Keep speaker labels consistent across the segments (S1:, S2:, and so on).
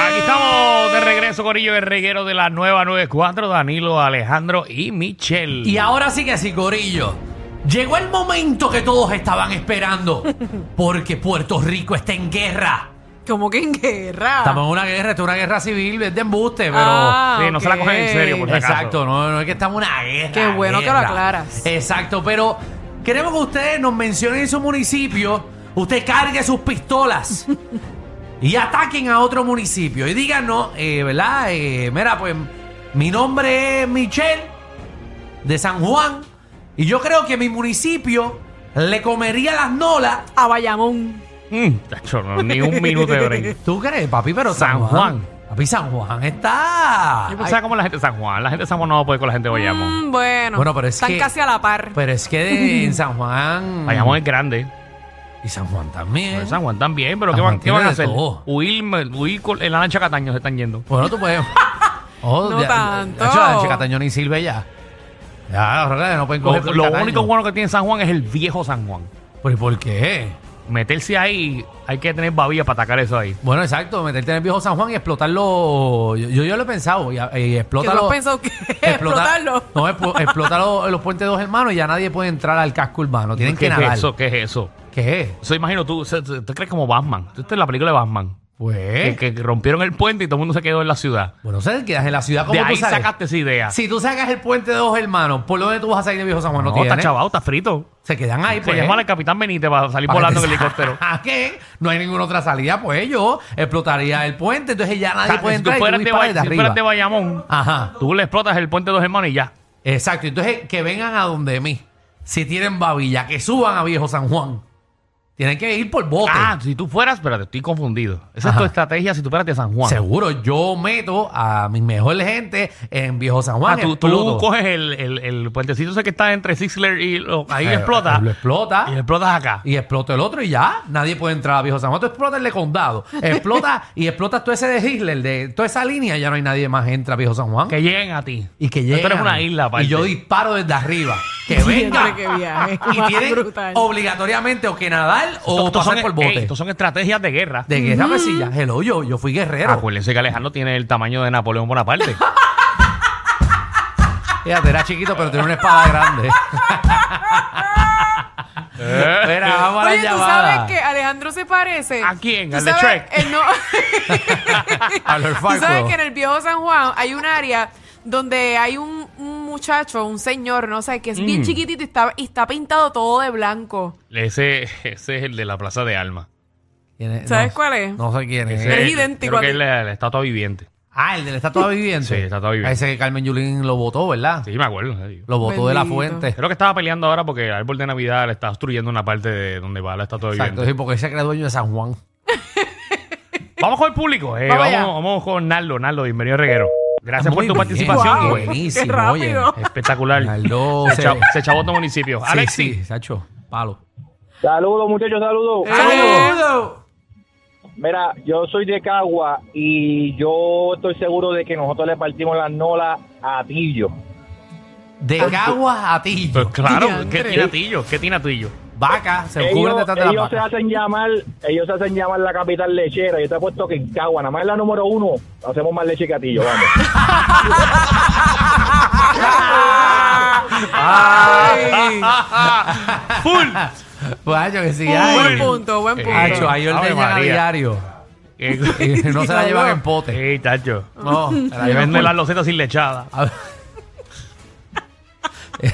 S1: Aquí estamos de regreso, Corillo, el reguero de la nueva 94, Danilo, Alejandro y Michelle.
S2: Y ahora sí que sí, Corillo. Llegó el momento que todos estaban esperando. Porque Puerto Rico está en guerra.
S3: Como que en guerra.
S2: Estamos en una guerra, esto es una guerra civil, es de embuste, pero.
S3: Ah,
S1: Oh, sí, no se la cogen en
S3: ok.
S1: serio, por si acaso.
S2: Exacto, no, no es que estamos en una guerra.
S3: Qué bueno que lo
S2: guerra.
S3: aclaras.
S2: Exacto, pero queremos que ustedes nos mencionen su municipio, usted cargue sus pistolas y ataquen a otro municipio. Y díganos, eh, ¿verdad? Eh, mira, pues mi nombre es Michelle de San Juan y yo creo que mi municipio le comería las nolas.
S3: A Bayamón.
S1: Mm, tacho, no, ni un minuto de break.
S2: ¿Tú crees, papi? Pero San,
S1: San
S2: Juan.
S1: Juan.
S2: Papi, San Juan está.
S1: Yo
S3: pues,
S1: pensaba como la gente de San Juan. La gente de San Juan no va a poder con la gente de Bayamón.
S3: Mm, bueno,
S2: Bueno, pero es
S3: están
S2: que- pues,
S3: casi a la par.
S2: Pero es que de- en San Juan.
S1: Bayamón es grande.
S2: Y San Juan también.
S1: Pero San Juan también, pero ¿qué
S2: San
S1: van,
S2: Juan
S1: qué van a
S2: tiene de
S1: hacer?
S2: todo.
S1: Huir, huir con- en la lancha Cataño se están yendo.
S2: Bueno, tú puedes. Oh,
S3: No
S2: ya-
S3: tanto.
S2: De hecho, la chica Tañón y Silve ya. Ya, los regalos no pueden
S1: Lo,
S2: coger. por
S1: lo
S2: Cataño.
S1: único bueno que tiene San Juan es el viejo San Juan.
S2: ¿Pero y por qué?
S1: Meterse ahí, hay que tener babilla para atacar eso ahí.
S2: Bueno, exacto, meterte en el viejo San Juan y explotarlo. Yo, yo, yo lo he pensado. Y, y
S3: Que tú
S2: explótalo.
S3: has pensado que explotarlo.
S2: No, explo- explótalo los puentes dos hermanos y ya nadie puede entrar al casco urbano. Tienen
S1: ¿Qué
S2: que
S1: es
S2: nadar.
S1: eso? ¿Qué es eso?
S2: ¿Qué es?
S1: Eso imagino tú, se- se- tú crees como Batman. Tú estás en la película de Batman.
S2: Pues.
S1: Que, que rompieron el puente y todo el mundo se quedó en la ciudad.
S2: Bueno, ¿sabes? Quedas en la ciudad como
S1: De
S2: tú
S1: ahí
S2: sabes?
S1: sacaste esa idea.
S2: Si tú sacas el puente de dos hermanos, ¿por dónde tú vas a salir de viejo San Juan? No,
S1: no, está
S2: tienes.
S1: chavado, está frito.
S2: Se quedan ahí,
S1: Se
S2: pues.
S1: llama al capitán Benítez para salir volando en el helicóptero.
S2: ¿A qué? No hay ninguna otra salida, pues yo explotaría el puente, entonces ya nadie
S1: O sea,
S2: puede
S1: si tú
S2: entrar pues, y tú
S1: fueras de,
S2: disparas
S1: Bay-
S2: desde
S1: si fueras de
S2: arriba.
S1: Bayamón,
S2: Ajá,
S1: tú le explotas el puente de dos hermanos y ya.
S2: exacto. Entonces que vengan a donde mí. Si tienen babilla, que suban a Viejo San Juan. Tienen que ir por bote.
S1: Ah, si tú fueras, espérate, estoy confundido. Esa es tu
S2: Ajá.
S1: estrategia si tú fueras de San Juan.
S2: Seguro, yo meto a mi mejor gente en Viejo San
S1: Ah,
S2: Juan.
S1: tú, tú
S2: exploto.
S1: coges el, el, el puentecito ese que está entre Sixler y lo- ahí
S2: Eh,
S1: explota.
S2: Lo explota.
S1: Y lo explotas acá.
S2: y explota el otro y ya nadie puede entrar a Viejo San Juan. Tú explotas el de condado, explota y explotas todo ese de Hitler, de toda esa línea, ya no hay nadie más entra a Viejo San Juan.
S1: Que lleguen a ti.
S2: y que
S1: Tú
S2: llega.
S1: eres una isla, aparte.
S2: Y yo disparo desde arriba. Que venga.
S3: Siempre que viaje.
S2: y tienen
S3: brutal.
S2: obligatoriamente o que nadar o
S1: Estos
S2: pasar
S1: son-
S2: por bote.
S1: ey, estos son estrategias de guerra.
S2: de guerra mesilla. Hello, yo, yo fui guerrero.
S1: Acuérdense que Alejandro tiene el tamaño de Napoleón Bonaparte.
S2: Fíjate, era chiquito, pero tenía una espada grande. Era, vamos a la
S3: Oye, ¿tú
S2: llamada.
S3: sabes que Alejandro se parece?
S1: ¿A quién?
S3: ¿Tú
S1: ¿Al de
S3: sabes?
S1: Shrek?
S3: El no-
S2: A Lord
S3: Tú sabes
S2: Farquaad.
S3: que en el viejo San Juan hay un área donde hay un, un muchacho, un señor, no sé, que es
S2: Mm.
S3: bien chiquitito y está, y está pintado todo de blanco.
S1: ese, ese es el de la Plaza de Alma.
S2: ¿Quién es?
S3: ¿Sabes
S2: No-
S3: cuál es?
S2: No sé quién es.
S1: Ese
S3: Eres
S1: es-
S3: idéntico
S1: Creo
S3: a
S1: que
S3: ti.
S1: es la, la estatua viviente.
S2: Ah, el de la estatua viviente.
S1: Sí, estatua viviente.
S2: A Ese que Carmen Yulín lo votó, ¿verdad?
S1: Sí, me acuerdo. sí.
S2: Lo votó de la
S3: Bendito.
S2: fuente.
S1: Creo que estaba peleando ahora porque el árbol de Navidad le está obstruyendo una parte de donde va la estatua
S2: Exacto, sí,
S1: viviente.
S2: porque ese era dueño de San Juan.
S1: Vamos con el público. eh,
S3: Vamos
S1: vamos,
S3: allá.
S1: vamos con Naldo. Naldo, bienvenido a Reguero. Gracias por
S2: Muy
S1: tu
S2: bien.
S1: participación.
S3: Wow.
S1: güey.
S2: Buenísimo,
S3: Qué
S2: oye.
S3: rápido.
S1: Espectacular.
S2: Naldo,
S1: se,
S2: se-
S1: chavo se chavó tu municipio.
S2: Sí,
S1: Alexi.
S2: Sí, Sacho, palo.
S4: Saludos, muchachos, saludos.
S3: Eh. ¡Saludos!
S4: Mira, yo soy de Cagua y yo estoy seguro de que nosotros le partimos las nolas a Tillo.
S2: De Caguas a
S1: Pues
S2: Tillo.
S1: claro,
S3: Diantre.
S1: ¿qué tiene Tillo? ¿Qué tiene Tillo?
S2: Vaca, se cubren
S4: Ellos,
S2: detrás de la
S4: ellos se
S2: vaca.
S4: hacen llamar, ellos se hacen llamar la capital lechera. Yo te he puesto que en Cagua, nada más en la número uno, hacemos más leche que a Tillo, vamos.
S2: Ah.
S3: Ay.
S1: ¡Full!
S2: Pues, yo que sí,
S3: Buen
S2: ay.
S3: punto, buen punto.
S2: Hacho, ahí
S1: Ave
S2: ordeñan a
S1: María.
S2: diario.
S1: Eh,
S2: Y no se la llevan en pote.
S1: Ey, tacho.
S2: No, se la
S1: Le
S2: llevan
S1: vende
S2: por-
S1: las losetas sin lechada.
S2: A ver.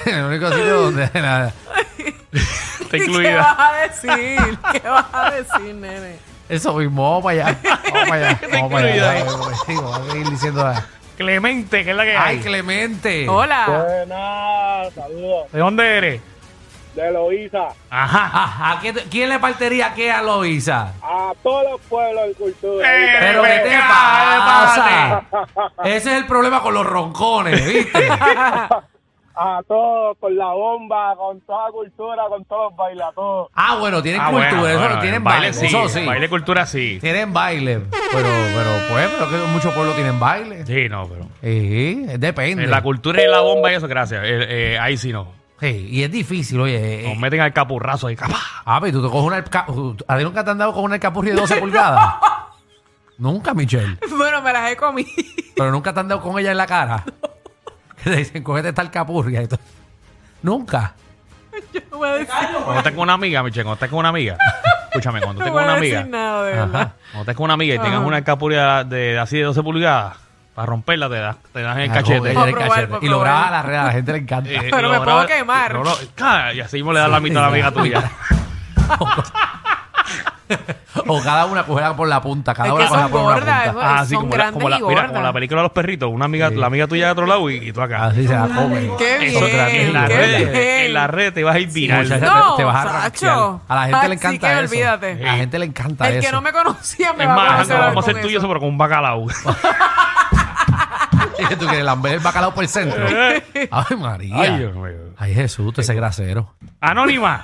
S2: El único sitio donde la-
S1: Está
S3: ¿Qué
S1: incluida.
S3: vas a decir? ¿Qué vas a decir, nene?
S2: Eso mismo, vamos para allá. Vamos para allá. Vamos para allá.
S1: Incluida.
S2: Sí, vamos a seguir diciendo.
S1: Clemente, que es la que
S2: Ay,
S1: hay.
S2: Clemente.
S3: Hola.
S4: Buenas, saludos.
S1: ¿De dónde eres?
S4: de Loíza,
S1: Ajá.
S2: Ah, ¿a qué te- ¿Quién le partiría qué a Loisa?
S4: a todos los pueblos y culturas.
S1: Eh,
S2: Pero ¿qué te
S1: pasa?
S2: pasa? Ese es el problema con los roncones, ¿viste?
S4: A todos, con la bomba, con toda cultura, con todos los bailatos.
S2: Ah, bueno, tienen
S1: Ah,
S2: cultura,
S1: bueno,
S2: eso
S1: bueno,
S2: no tienen
S1: en
S2: baile,
S1: sí,
S2: eso sí.
S1: en Baile cultura sí.
S2: Tienen baile, pero, pero pues, pero que muchos pueblos tienen baile.
S1: Sí, no, pero.
S2: Sí, depende.
S1: en la cultura y la bomba y eso, gracias. Eh, eh, ahí sí no.
S2: Sí, y es difícil, oye. eh,
S1: Nos meten al capurrazo ahí, capaz.
S2: Ah, pero tú te coges una... alca- ¿A ti nunca te han dado con una alcapurria de 12 pulgadas? nunca, Michelle.
S3: Bueno, me las he comido.
S2: Pero nunca te han dado con ella en la cara. que te dicen, cógete esta alcapurria. y tú- Nunca.
S3: No voy a decir,
S1: Cuando estés con una amiga, Michelle, cuando estés con una amiga. Escúchame, cuando
S3: no
S1: estés
S3: voy
S1: con
S3: a
S1: una
S3: decir
S1: amiga.
S3: nada, de verdad.
S2: Ajá.
S1: Cuando estés con una amiga y tengas
S3: Ajá.
S1: una escapula de, de así de 12 pulgadas, para romperla te das te das en el cachete.
S2: Ella Ah, en el
S3: Para probar,
S2: cachete.
S3: para
S2: Y lo
S3: probar.
S2: graba a la red, a la gente le encanta.
S1: Eh,
S3: Pero
S1: y
S3: me
S1: lo
S3: puedo
S1: graba-
S3: quemar.
S1: no, no, claro, y así mismo le das la mitad a la amiga tuya.
S2: o cada una cogerá por la punta. Cada
S3: Es
S2: una
S3: que
S2: cogerá
S3: son
S2: por una
S3: gordas,
S2: punta.
S3: gordas.
S1: Ah, así
S3: Son
S1: como la, como la-
S3: grandes y
S1: mira, como la
S3: gordas.
S1: película de los perritos, una amiga, la amiga tuya de otro lado y, y tú acá.
S2: Así se la comen.
S3: Qué
S1: Eso
S3: bien,
S1: te- en, la
S3: qué
S1: red,
S3: bien.
S1: en la red te vas a ir
S2: Y
S1: viral.
S2: muchacha, te-
S3: No,
S2: te vas a
S3: Sacho.
S2: rasquear. A la gente le
S3: Así
S2: encanta
S3: que
S2: eso.
S3: olvídate.
S2: A la gente le encanta
S3: El
S2: eso.
S3: que no me conocía me
S1: es
S3: va
S1: más,
S3: a conocer
S1: Alejandro,
S3: ahora
S1: vamos a
S3: con
S1: hacer tuyo
S3: eso.
S1: eso, pero con un bacalao.
S2: ¿Tú quieres lamber el bacalao por el centro? Ay, María.
S1: Ay,
S2: Ay,
S1: Dios mío.
S2: Jesús, tú ese grasero.
S3: Eh.
S1: Anónima.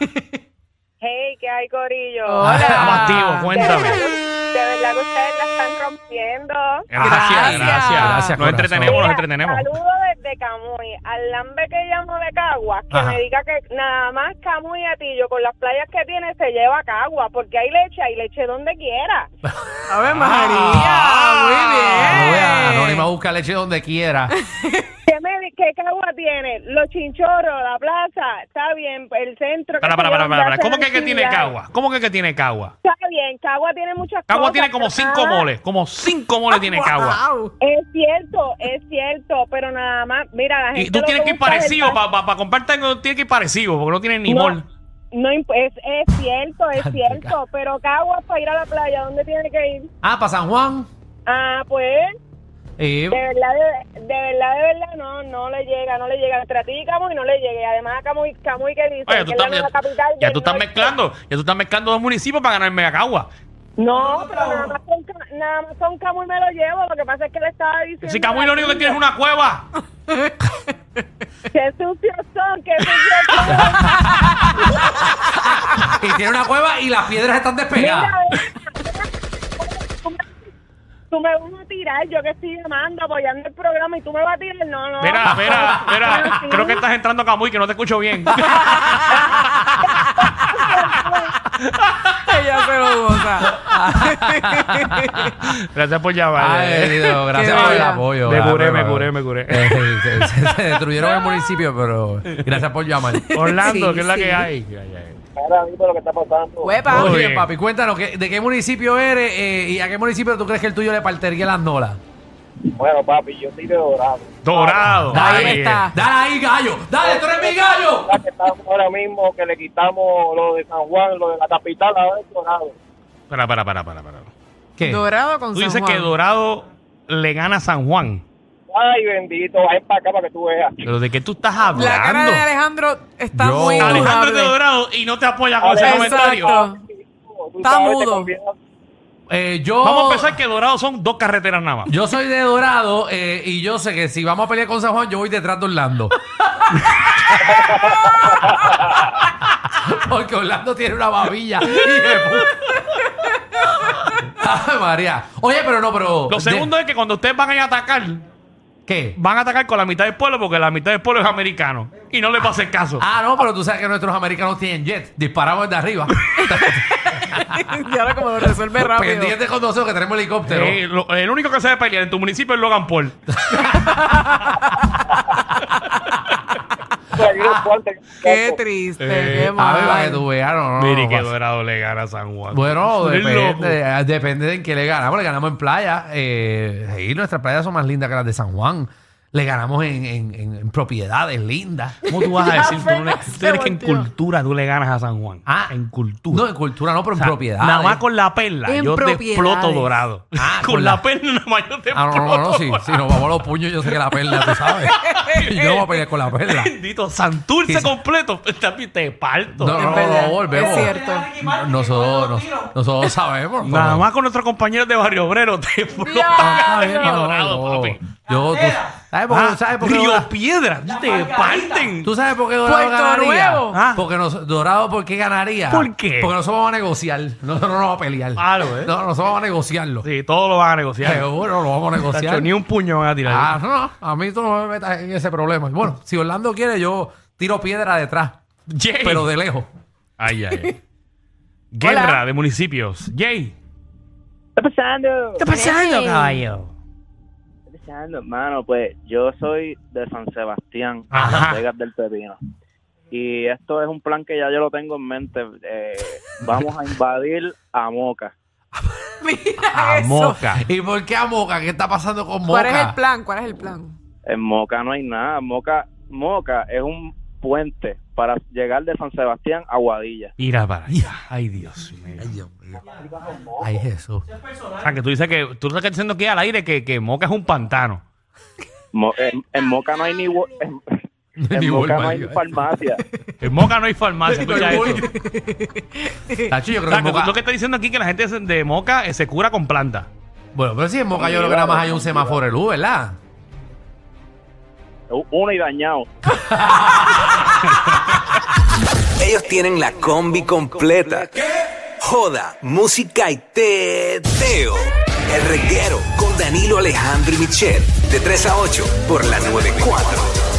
S5: Hey, ¿qué hay, Corillo?
S2: Ah,
S3: Hola.
S1: Estamos activos,
S5: De
S1: cuéntame.
S5: verdad, de verdad que ustedes la están rompiendo.
S1: Gracias, gracias.
S3: Gracias.
S2: Gracias,
S1: nos
S2: corazón.
S1: entretenemos, nos
S5: Mira,
S1: entretenemos.
S5: Saludo desde Camuy. Al lambe que llamo de Cagua, que
S2: Ajá.
S5: me diga que nada más Camuy a Tillo, con las playas que tiene, se lleva a Cagua, porque hay leche, hay leche donde quiera.
S1: Ah,
S3: Ave María, muy bien.
S2: Anónima, Ah, Anónima busca leche donde quiera.
S5: ¿Qué, me, qué Cagua tiene? Los chinchorros, la plaza, está bien, el centro.
S1: Para,
S5: qué
S1: para,
S5: sé
S1: para,
S5: yo,
S1: para,
S5: ya
S1: para.
S5: se
S1: ¿Cómo que, que
S5: dan
S1: tiene
S5: chillas.
S1: Cagua? ¿Cómo que, que tiene Cagua?
S5: Está bien, Cagua tiene muchas
S1: Cagua
S5: cosas.
S1: tiene como
S5: pero
S1: cinco
S5: nada-
S1: moles, como cinco moles tiene Cagua.
S3: Wow.
S5: Es cierto, es cierto, pero nada más, mira, la gente...
S1: Y tú
S5: lo
S1: tienes que ir
S5: busca es el
S1: parecido, para comprarte algo tienes que ir parecido, porque no tienes ni
S5: No,
S1: mol.
S5: No, imp- es, es cierto, es
S2: Tanto
S5: cierto, pero Caguas para ir a la playa, ¿dónde tiene que ir?
S2: Ah, para San Juan.
S5: Ah, pues,
S2: Eh,
S5: de verdad, de, de verdad, de verdad, no, no le llega, no le llega. Entre a ti y Camuy no le llegue. Además, a Camuy, Camuy que dice
S1: Oye, tú
S5: que es la
S1: estás, ya,
S5: nueva capital
S1: ya
S5: del
S1: tú estás
S5: norte.
S1: mezclando, ya tú estás mezclando dos municipios para ganarme a Cagua.
S5: No, pero nada más, con, Ca- nada más con Camuy me lo llevo, lo que pasa es que le estaba diciendo...
S1: Si Camuy lo único que tiene es una cueva.
S5: ¡Qué sucios son, qué sucios son!
S2: y tiene una cueva y las piedras están despegadas.
S5: Mira, tú me- Tú me vas a tirar, yo que estoy llamando, apoyando el programa y tú me vas a tirar. No, no.
S1: Mira, mira,
S5: Pero
S1: mira.
S5: sí.
S1: Creo que estás entrando a Camuy, que no te escucho bien.
S3: Ella se lo goza.
S1: Gracias por llamar. eh.
S2: Ay, Dios, gracias
S3: Qué
S2: por el
S3: bella.
S2: apoyo.
S1: Me
S2: Ah,
S1: curé,
S2: pero-
S1: me curé, me curé.
S2: Eh, se, se- se destruyeron el municipio, pero gracias por llamar.
S1: Orlando,
S3: Sí,
S1: que es la
S3: sí.
S1: que hay. Ay, ay.
S4: Ahora mismo lo que está pasando.
S3: Huepa.
S1: Muy
S2: Oye,
S1: bien.
S2: papi, cuéntanos, ¿qué- ¿de qué municipio eres eh, y a qué municipio tú crees que el tuyo le partiría las nolas?
S4: Bueno, papi, yo soy de Dorado.
S1: Dorado.
S3: Ahí
S1: Ay,
S3: está.
S2: Dale ahí, gallo. Dale, tú eres mi gallo.
S4: La Ah, que estamos ahora mismo, que le quitamos lo de San Juan, lo de la capital, ahora es Dorado.
S1: eh. Para, para, para, para, para.
S2: ¿Qué?
S3: Dorado con
S1: Tú
S3: San
S1: dices que
S3: Juan.
S1: Dorado le gana a San Juan.
S4: Ay, bendito, ven para acá para que tú veas.
S1: Pero de qué tú estás hablando.
S3: La cara de Alejandro está
S2: Yo-
S3: muy
S1: Alejandro es de
S3: dudable.
S1: Dorado y no te apoya con ese
S4: Alejandro.
S1: comentario.
S3: Exacto.
S4: Tú
S3: Está
S4: sabes, te
S3: mudo.
S4: conviene-
S2: Eh, yo,
S1: Vamos a pensar que Dorado son dos carreteras nada más.
S2: yo soy de Dorado eh, y yo sé que si vamos a pelear con San Juan, yo voy detrás de Orlando. Porque Orlando tiene una babilla. hijo de puta. Ay, María. Oye, pero no, pero.
S1: Lo
S2: de-
S1: segundo es que cuando ustedes van a ir a atacar,
S2: ¿Qué?
S1: van a atacar con la mitad del pueblo porque la mitad del pueblo es americano. Y no les va a hacer caso.
S2: Ah, no, pero tú sabes que nuestros americanos tienen jet. Disparamos desde arriba.
S3: y ahora como lo resuelve rápido.
S2: Pendiente con nosotros que tenemos helicóptero.
S1: Eh, lo- el único que sabe pelear en tu municipio es Logan Paul.
S4: Tú eres fuerte.
S3: Qué triste,
S1: Eh,
S3: qué
S2: A ver, para que
S3: mal.
S2: tú veas, no, no, no,
S1: Mire
S2: no
S1: que
S2: pasa.
S1: Dorado le gana a San Juan.
S2: Bueno,
S1: Es loco.
S2: depende, eh, depende de en qué le ganamos. Le ganamos en playa. Eh, sí, nuestras playas son más lindas que las de San Juan. Le ganamos en, en- en- en propiedades lindas.
S1: ¿Cómo tú vas a
S3: Ya
S1: decir? Tú, no le-
S3: apenas
S1: tú
S3: se
S1: crees que en
S3: volteó.
S1: cultura tú le ganas a San Juan.
S2: Ah.
S1: en cultura.
S2: No, en cultura no, pero
S1: O
S2: en
S1: sea,
S2: propiedades.
S1: Nada más con la perla.
S3: En
S1: yo te exploto
S3: propiedades.
S1: dorado.
S2: Ah,
S1: con,
S2: con
S1: la...
S2: la-
S1: perla nada más yo te
S2: Ah, no,
S1: exploto.
S2: no, no, no, sí, sí, nos vamos a los puños, yo sé que la perla, tú sabes. Y yo no voy a pelear con la perla.
S1: Bendito, Santurce
S2: Sí.
S1: completo. Te, te parto.
S2: No, no,
S3: Es
S2: no,
S3: verdad,
S2: no, volvemos.
S3: es cierto.
S2: Nosotros, nos- nosotros sabemos.
S1: Nada
S2: no.
S1: más con nuestros compañeros de Barrio Obrero te explotan.
S2: Ah,
S1: Ay,
S2: no,
S1: dorado,
S2: no.
S1: papi.
S2: Yo, tú, ¿sabes por qué?
S1: Ah,
S2: ¿Sabes por qué?
S1: Río
S2: Dora-
S1: Piedra. Te parten.
S2: ¿Tú sabes por qué Dorado
S3: Puerto
S2: ganaría?
S3: Nuevo.
S1: Ah.
S2: Porque nos, Dorado, ¿por qué ganaría?
S1: ¿Por qué?
S2: Porque nosotros vamos a negociar. Nosotros no nos vamos a pelear.
S1: Claro, ¿eh?
S2: No, nosotros vamos a negociarlo.
S1: Sí, todo lo van a negociar.
S2: Seguro, lo vamos a
S1: Tacho,
S2: negociar.
S1: ni un ¿eh? puño van a tirar.
S2: Ah, no, a mí tú no me metas en ese problema. Bueno, si Orlando quiere, yo tiro piedra detrás,
S1: Jay.
S2: pero de lejos.
S1: Ay, ay, ay. Guerra
S3: Hola.
S1: de municipios. Jay.
S6: está pasando?
S1: ¿Qué está
S3: pasando, Hey.
S1: caballo?
S6: ¿Qué está pasando, hermano? Pues yo soy de San Sebastián,
S1: Ajá.
S6: Las Vegas del Pepino. Y esto es un plan que ya yo lo tengo en mente. Eh, vamos a invadir a Moca.
S2: Ah,
S3: Mira eso.
S2: ¿Y por qué a Moca? ¿Qué está pasando con Moca?
S3: ¿Cuál es el plan? ¿Cuál es el plan?
S6: En Moca no hay nada. Moca, Moca es un puente para llegar de San Sebastián a Guadilla.
S1: Mira para allá. Ay, Dios mío.
S2: Ay, Dios mío. Ay, Jesús.
S1: O sea, que tú dices que tú estás diciendo que al aire que, que Moca es un pantano.
S6: Mo- en, en Moca no hay ni, wo- en, en
S2: Ah. Ni vuelva,
S6: Moca no hay
S2: yo,
S6: ni
S2: eh.
S6: farmacia.
S1: En Moca no hay farmacia. Escucha
S2: Tacho,
S1: eso.
S2: yo
S1: O
S2: creo que
S1: sea,
S2: en
S1: que tú
S2: Moca...
S1: lo que está diciendo aquí que la gente de Moca eh, se cura con planta.
S2: Bueno, pero si en Moca yo creo que nada más hay un semáforo de luz, ¿verdad?
S6: Uno y dañado.
S7: Ellos tienen la combi completa. Joda, música y teo. El reguero con Danilo Alejandro y Michel. De 3 a 8 por la 94.